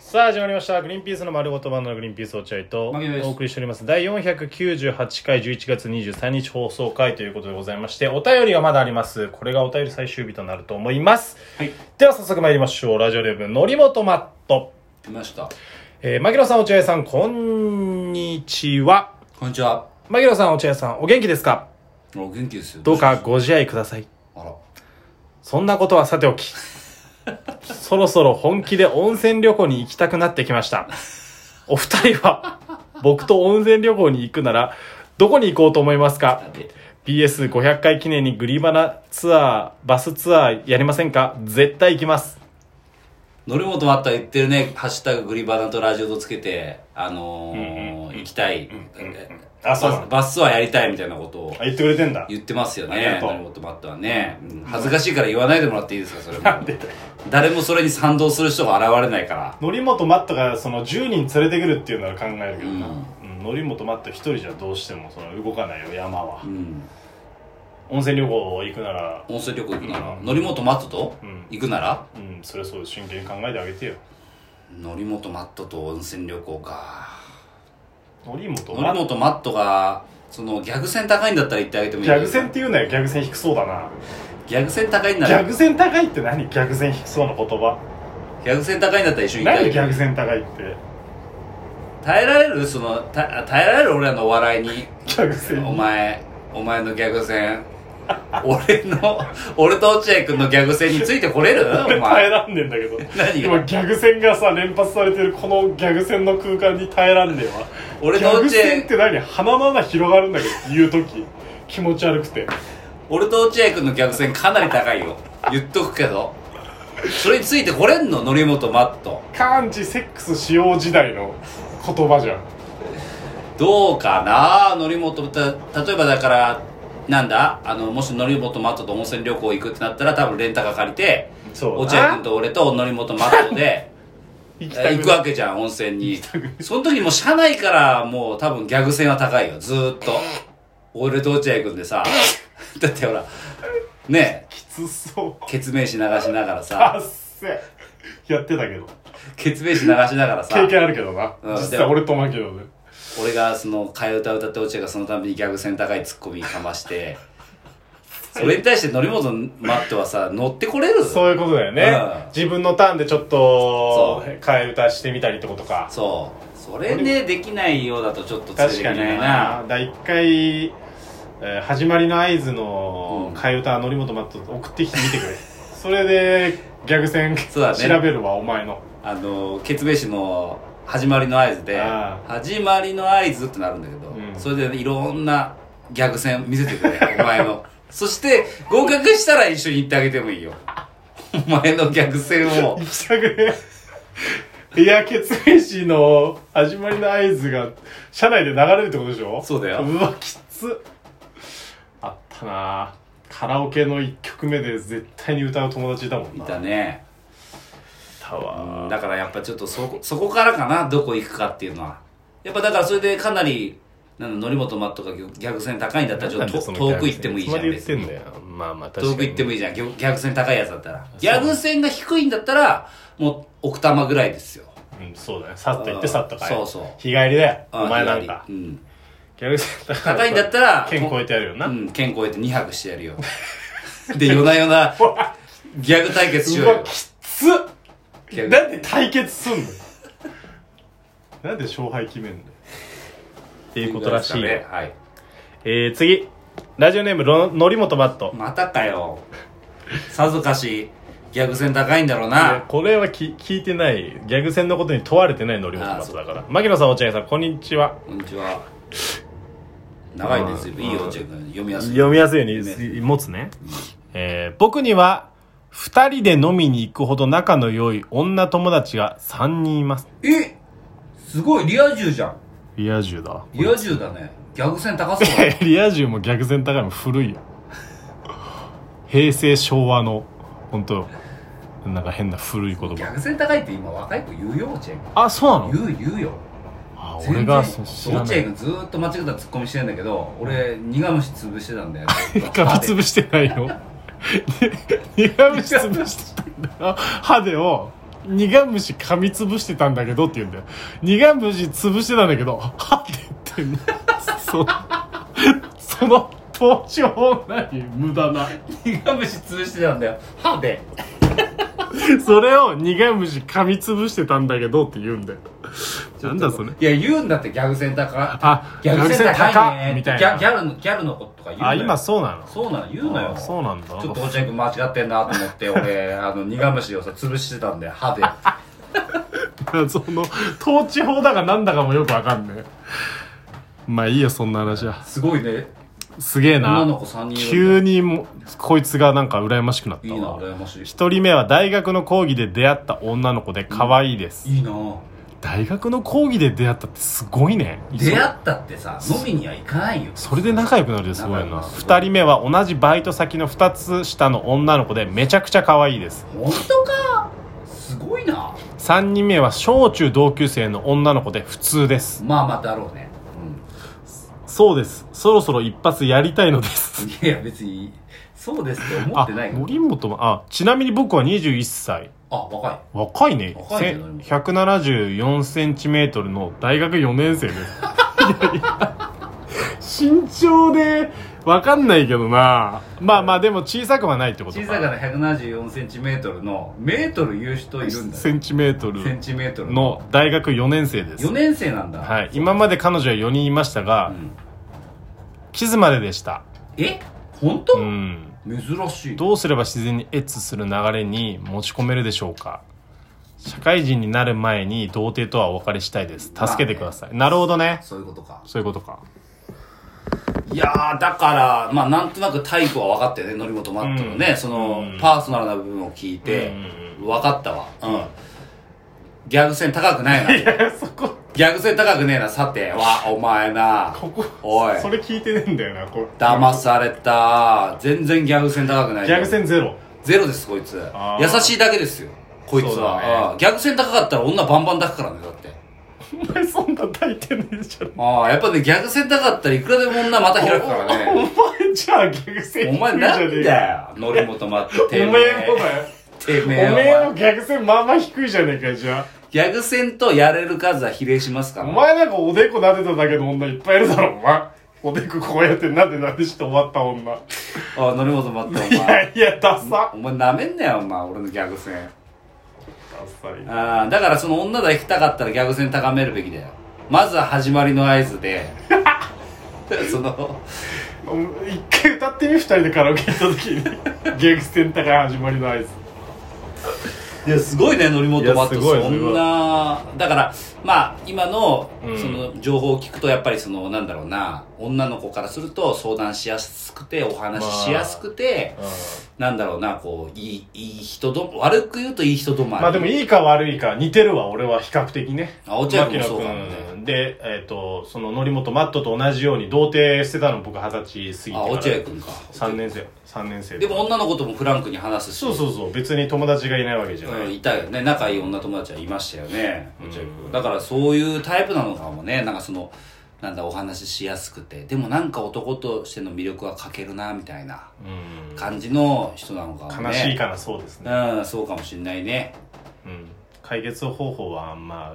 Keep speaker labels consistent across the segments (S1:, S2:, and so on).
S1: さあ始まりました「グリーンピースの丸ごと版のグリーンピース落合」と
S2: 牧野です
S1: お送りしております第498回11月23日放送回ということでございましてお便りがまだありますこれがお便り最終日となると思います
S2: はい。
S1: では早速参りましょうラジオレブンのりもとマット、
S2: 来ました。
S1: えー、牧野さん落合さんこんにちは
S2: こんにちは。
S1: 牧野さん落合さんお元気ですか
S2: お元気ですよ。
S1: どうかご自愛ください
S2: あら。
S1: そんなことはさておきそろそろ本気で温泉旅行に行きたくなってきましたお二人は僕と温泉旅行に行くならどこに行こうと思いますか BS500 回記念にグリバナツアーバスツアーやりませんか絶対行きます
S2: 乗り物まった言ってるね。ハッシュタググリバナとラジオとつけて、あのー、行きたい。
S1: あそう
S2: バスバスツアーやりたいみたいなことを
S1: 言ってくれてんだ
S2: 言ってますよ
S1: ありが
S2: ね。
S1: とう
S2: 乗り物まったはね、うん恥ずかしいから言わないでもらっていいですか、それも
S1: で。
S2: 誰もそれに賛同する人が現れないから。
S1: 則本マットがその10人連れてくるっていうなら考えるけどな、
S2: う
S1: うん、則本マット一人じゃどうしてもその動かないよ山は
S2: うん。
S1: 温泉旅行行くなら
S2: 温泉旅行行くなら、乗り物マットと
S1: うん
S2: 行くなら、
S1: うんそれそう真剣に考えてあげてよ
S2: 乗り物マットと温泉旅行か。
S1: 則本マ
S2: 森
S1: ット
S2: 本マットがその逆線高いんだったら言ってあげてもいい
S1: ギャグ線って言うなよギャグ線低そうだな
S2: 逆線高いん
S1: ギ
S2: な
S1: ャ
S2: ら
S1: グ線高いって何ギャグ線低そうな言葉
S2: 逆線高いんだったら一緒に行ってあ
S1: 何
S2: げ
S1: ギ
S2: て
S1: ャグ線高いって
S2: 耐えられるそのた耐えられる俺らのお笑いに
S1: ギャグ線
S2: お前お前の逆線俺の俺と落合君の逆線についてこれるお
S1: 耐え
S2: 前
S1: らんねんだけど
S2: 何
S1: 今
S2: が
S1: ギャグ線がさ連発されてるこのギャグ線の空間に耐えらんねえわ
S2: 俺
S1: ギ
S2: と
S1: ャ
S2: 落合
S1: グ線って何鼻の穴広がるんだけど言う時気持ち悪くて
S2: 俺と落合君の逆線かなり高いよ言っとくけどそれについてこれんの則本マット
S1: カーンチセックス使用時代の言葉じゃん
S2: どうかな乗り物た例えばだからなんだあのもし乗り物マットと温泉旅行行くってなったら多分レンタカー借りて
S1: そう
S2: 落合君と俺と乗り物マット で
S1: 行きたくな
S2: え
S1: い
S2: 行くわけじゃん温泉にその時もう車内からもう多分ギャグ線は高いよずーっと俺と落合君でさ だってほらねえ
S1: きつそう
S2: ケツメイシ流しながら
S1: あ
S2: さ
S1: っせやってたけど
S2: ケツメイシ流しながらさ
S1: 経験あるけどな
S2: うん
S1: 実際俺とマキロで
S2: 俺がその替え歌歌って落合がそのたびにギャグ線高いツッコミかましてそれに対して乗り物マットはさ乗ってこれるそう
S1: そういうことだよね
S2: うん。
S1: 自分のターンでちょっと
S2: そ、
S1: 替え歌してみたりってことか。
S2: それでできないようだとちょっとついてい
S1: 確
S2: け
S1: か
S2: な
S1: に
S2: い
S1: な
S2: な。
S1: だ一回、えー始まりの合図の
S2: うん
S1: 替え歌、則本マット送ってきてみてくれ。それで、ギャグ戦
S2: そうだね
S1: 調べるわ、お前の。
S2: あのケツメイシの始まりの合図で
S1: あ
S2: 「始まりの合図」ってなるんだけど、
S1: うん
S2: それでいろんなギャグ線見せてくれお前の そして合格したら一緒に行ってあげてもいいよお前のギャグ線を
S1: 行きたくね。エアケツメイシの始まりの合図が、車内で流れるってことでしょ
S2: そうだよ
S1: うわ、きつ。あったなカラオケの1曲目で絶対に歌う友達いたもん
S2: い
S1: な。
S2: たね
S1: たわ
S2: だからやっぱちょっとそこそこからかなどこ行くかっていうのはやっぱだからそれでかなりなんだ則本マットがギャグ線高いんだったらちょっとと遠く行ってもいいじゃん別に
S1: よまあまあ
S2: 遠く行っても
S1: いい
S2: いいじゃんギャギャグ線高いやつだったらギャグ線が低いんだったらもう奥多摩ぐらいですよ
S1: うんそうだねさっと行ってさっと帰る
S2: そうそう
S1: 日帰りだよ
S2: あ
S1: お前なんか
S2: 左うん
S1: ギャルセンター
S2: 高いんだったら
S1: 県越えてやるよな
S2: う
S1: うん
S2: 県越えて2泊してやるよ で夜な夜 な
S1: わ
S2: ギャグ対決しよう
S1: わ
S2: よ
S1: きつっ
S2: ギャグ
S1: なんで対決すんのなんで勝敗決めんのっていうことらしいよ
S2: ねはい
S1: えー次ラジオネームろのりもとバット
S2: またかよさぞかしギャグ線高いんだろう
S1: いや
S2: な
S1: これはき聞いてないギャグ戦のことに問われてないのりもとバットだから牧野さん落合さんこんにちは
S2: こんにちは。長いね、随分いいよ
S1: う、ん
S2: ジェ君。読みやすい。
S1: 読みやすいように持つね、えー僕には2人で飲みに行くほど仲の良い女友達が3人います
S2: えすごい、リア充じゃん。
S1: リア充だ
S2: リア充だね。ギャグ線高そう
S1: リア充も逆戦高いも古いよ平成昭和の本当なんか変な古い言
S2: ギャ
S1: 葉
S2: グ線高いって今若い子言うよ、ジェ君。
S1: あそうなの
S2: 言う、言うよ。
S1: あ俺が
S2: 全然
S1: そ知らな
S2: ジェ
S1: い
S2: 君ずーっと間違ったツッコミしてんだけど、俺、苦虫潰してたんだよ。
S1: かみつぶしてないよ苦虫つぶしてたんだよ歯でを苦虫噛みつぶしてたんだけどって言うんだよ苦虫潰してたんだけどはって言ってんのそその投資法何無駄な
S2: 苦虫潰してたんだよ歯で
S1: それを苦虫噛みつぶしてたなんだけどって言うんだよなんだそれ
S2: いや言うんだってギャグセンターか
S1: あ
S2: ギャグセンター高いね
S1: みたい
S2: ギャギ
S1: な
S2: ャルのギャルの子とか言うのよ
S1: あ今そうなの
S2: そうなの言うのよ
S1: あそうなんだ
S2: ちょっとおちゃくん間違ってんなと思っ て俺あの苦虫をさ潰してたんで歯で
S1: その統治法だかなんだかもよくわかんねえまあいいよそんな話は
S2: すごいね
S1: すげえな
S2: 女の子3人い
S1: 急
S2: に
S1: にもこいつがなんか羨ましくなった
S2: いいな
S1: わ
S2: 羨ましい
S1: 一人目は大学の講義で出会った女の子で可愛いです、
S2: いいな
S1: 大学の講義で出会ったってすごいね
S2: 出会ったってさ飲みには行かないよ
S1: それで仲良くなるですごい
S2: 仲良く
S1: な
S2: なる
S1: 二人目は同じバイト先の二つ下の女の子でめちゃくちゃ可愛いです
S2: 本当かすごいな
S1: 三人目は小中同級生の女の子で普通です
S2: まあまあだろうね
S1: そうですそろそろ一発やりたいのです
S2: うんいや別にそうですって思っ
S1: あ
S2: てない、
S1: 森本も、あ、ちなみに僕は21歳。
S2: あ若い
S1: 若いね。
S2: 若いね
S1: せん174センチメートルの大学4年 生です。いやいや身長で、わかんないけどな。まあまあ、でも小さくはないってこと
S2: 小さいから1 7 4トルのメートル言う人いるんだよ
S1: センチメートル
S2: センチメートル
S1: の大学4年生です
S2: 4。年生なんだ
S1: はい。今まで彼女は4人いました
S2: う
S1: が、
S2: ん
S1: キスまででした。
S2: え本当、
S1: うん。
S2: 珍しい
S1: どうすれば自然にエッツする流れに持ち込めるでしょうか社会人になる前に童貞とはお別れしたいです助けてください、なるほどね
S2: そういうことか
S1: そういうことか
S2: いやーだからまあなんとなくタイプは分かったよね則本マットのね、
S1: うん
S2: その、
S1: うん
S2: パーソナルな部分を聞いて、分かったわうんギャグ線高くないな
S1: そこ
S2: ギャグ線高くねえなさてわお前な
S1: ここ
S2: おい
S1: それ聞いてねえんだよなこれ
S2: 騙された全然ギャグ線高くない
S1: ギャグ戦ゼロ
S2: ゼロですこいつ
S1: あー
S2: 優しいだけですよこいつ
S1: そう
S2: は、
S1: だね
S2: あーギャグ線高かったら女バンバン抱くからねだっ
S1: お
S2: て
S1: 前そんな抱いてねえじゃん
S2: ああやっぱねギャグ線高かったらいくらでも女また開くから
S1: お
S2: ね
S1: 前じゃあギャグ戦
S2: お前なんだよ則本マット
S1: おめえ
S2: てめ
S1: も
S2: え
S1: だよ
S2: て
S1: お
S2: め
S1: め
S2: えお
S1: え
S2: 前
S1: のギャグ戦まあまあ低いじゃねえかよじゃ
S2: ギャグ戦とやれる数は比例しますか
S1: あ
S2: ら
S1: お前なんかおでこ撫でただけの女いっぱいいるだろお前おでここうやって撫で撫でして終わった女
S2: ああ則本マットお
S1: い
S2: 前
S1: やいやダサ
S2: お前なめんなよお前俺のギャグ戦
S1: ダサい
S2: ああだからその女抱きたかったらギャグ戦高めるべきだよまずは始まりの合図で その
S1: 一回歌ってみ二人でカラオケ行った時に ゲークセンターから始まりの合図
S2: いやすごいね乗り物バッ
S1: いやすごい
S2: トそんなだからまあ今の
S1: うん
S2: その情報を聞くとやっぱりそのなんだろうな女の子からすると相談しやすくてお話ししやすくて、なんだろうなこういいいい人ど悪く言うといい人どまり、
S1: まあでもいいか悪いか似てるわ俺は比較的ね
S2: あ落合君も
S1: 牧野
S2: そうかもね
S1: でえっ、とその則本マットと同じように童貞してたの僕二十歳
S2: あ
S1: 過ぎ
S2: 落
S1: て
S2: 合
S1: から
S2: 君か
S1: 3年生三年生
S2: でも女の子ともフランクに話すし
S1: そうそうそう別に友達がいないわけじゃない、
S2: うんいたよね仲いい女友達はいましたよね、落合君だからそういうタイプなのかもねなんかそのなんだお話ししやすくてでもなんか男としての魅力は欠けるなみたいな
S1: うん
S2: 感じの人なのかもね
S1: 悲しいからそうですね、
S2: うんそうかもしんないね
S1: うん、解決方法はまあ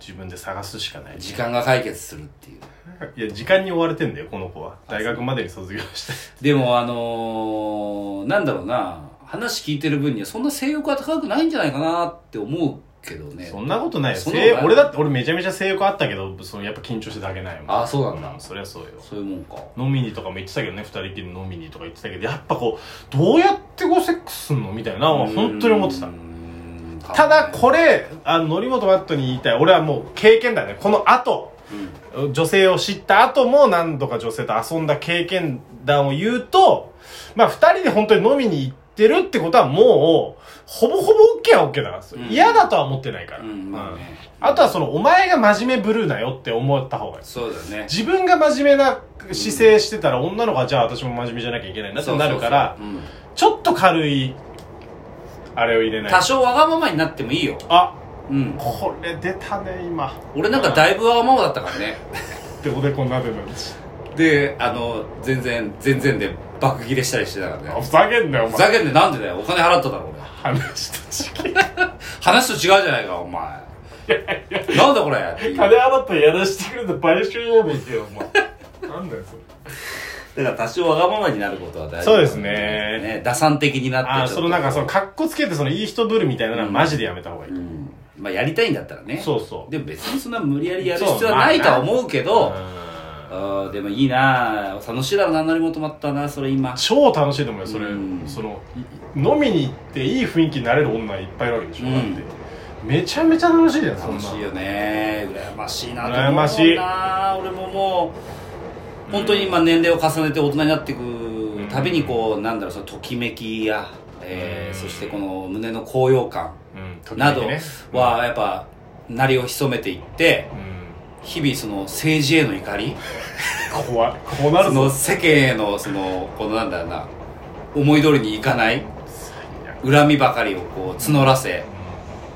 S1: 自分で探すしかない
S2: 時間が解決するっていう
S1: いや時間に追われてんだよこの子は大学までに卒業して
S2: でもあのー、なんだろうな話聞いてる分にはそんな性欲は高くないんじゃないかなって思うけどね
S1: そんなことないよ
S2: そんなことない
S1: 性俺だって俺めちゃめちゃ性欲あったけどそのやっぱ緊張してだけないもん
S2: あそうなんだ
S1: うそりゃそうよ
S2: そういうもんか
S1: 飲みにとかも言ってたけどね二人きり飲みにとか言ってたけどやっぱこうどうやってこうセックスすんのみたいなのは本当に思ってた
S2: うん
S1: ただこれあの則本マットに言いたい俺はもう経験だねこの後
S2: うん
S1: 女性を知った後も何度か女性と遊んだ経験談を言うと、まあ二人で本当に飲みに行ってるってことはもう、ほぼほぼ OK は OK だからですよ
S2: うん
S1: 嫌だとは思ってないから。
S2: うんまあね
S1: うんあとはその、お前が真面目ブルーなよって思った方がいいです。
S2: そうだよね
S1: 自分が真面目な姿勢してたら女の子はじゃあ私も真面目じゃなきゃいけないなってなるから、
S2: そうそうそううん
S1: ちょっと軽い、あれを入れない。
S2: 多少わがままになってもいいよ、
S1: あ、
S2: うん、
S1: これ出たね、今。
S2: 俺なんかだいぶわがままだったからね
S1: っておでこになってたんです。
S2: であの全然全然で爆切れしたりしてたからね
S1: ふざけんなよお
S2: ふ
S1: 前
S2: ざけんでなんでだよお金払っただろ俺
S1: 話と違う
S2: 話と違うじゃないかお前なんだこれっていうだ
S1: 金払ったらやらしてくれた買収やめてよお前なんだよそれ
S2: から多少わがままになることは大事
S1: そうですね
S2: ね打算的になっ て
S1: ああ
S2: ちょっと
S1: そのなんかその格好つけてそのいい人ぶるみたいなのはマジでやめた方がいい、
S2: うんまあやりたいんだったらね
S1: そうそう
S2: でも別にそんな無理やりやる必要はないとは思うけど、
S1: うん
S2: あーでもいいなあ楽しいだろうな何も止まったなそれ今
S1: 超楽しいと思うよそれ、
S2: うん
S1: そのい飲みに行っていい雰囲気になれる女いっぱいいるわけでしょ、
S2: うん
S1: だってめちゃめちゃ楽しいじゃんそんな
S2: 楽し
S1: の
S2: いよね羨ましいなと思う
S1: 羨ましい
S2: な俺ももう本当に今年齢を重ねて大人になっていくたびにこうなんだろうそのときめきや、えー
S1: うん
S2: そしてこの胸の高揚感
S1: うんときめ
S2: な
S1: き
S2: ど
S1: ね
S2: はやっぱ鳴りを潜めていって
S1: うん
S2: 日々その政治への怒り
S1: 怖いこうな
S2: そ
S1: る
S2: の
S1: ぞ
S2: 世間へのそのこのなんだろうな思い通りにいかない
S1: 最悪
S2: 恨みばかりをこう募らせ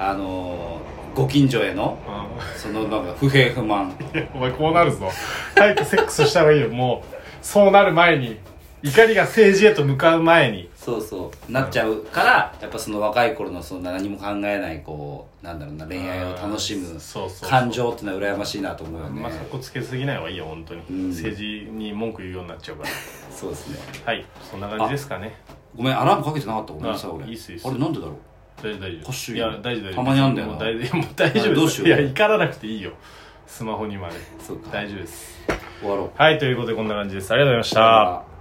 S2: あのーご近所への
S1: うん
S2: そのなんか不平不満
S1: い やお前こうなるぞ早くセックスした方がいいよもうそうなる前に怒りが政治へと向かう前に
S2: そうそうなっちゃうからやっぱその若い頃のその何も考えないこうなんだろうな恋愛を楽し
S1: う
S2: む
S1: んそうそうそう
S2: 感情ってのは羨ましいなと思うよね
S1: まあかっこつけすぎない方がいいよ本当に、
S2: うん
S1: 政治に文句言うようになっちゃうから
S2: そうですね
S1: はいそんな感じですかね
S2: ごめんアラームかけてなかったごめんなさい
S1: あ
S2: 俺
S1: いいっすいいっす
S2: あれなんでだろう
S1: 大丈夫大丈
S2: 欲しい
S1: 夫いや大丈夫大丈夫
S2: たまにあんだよな
S1: もう大丈夫もう大丈夫
S2: あどうしよう
S1: いや怒らなくていいよスマホにまで
S2: そうか
S1: 大丈夫です
S2: 終わろう
S1: はいということでこんな感じですありがとうございました
S2: さよなら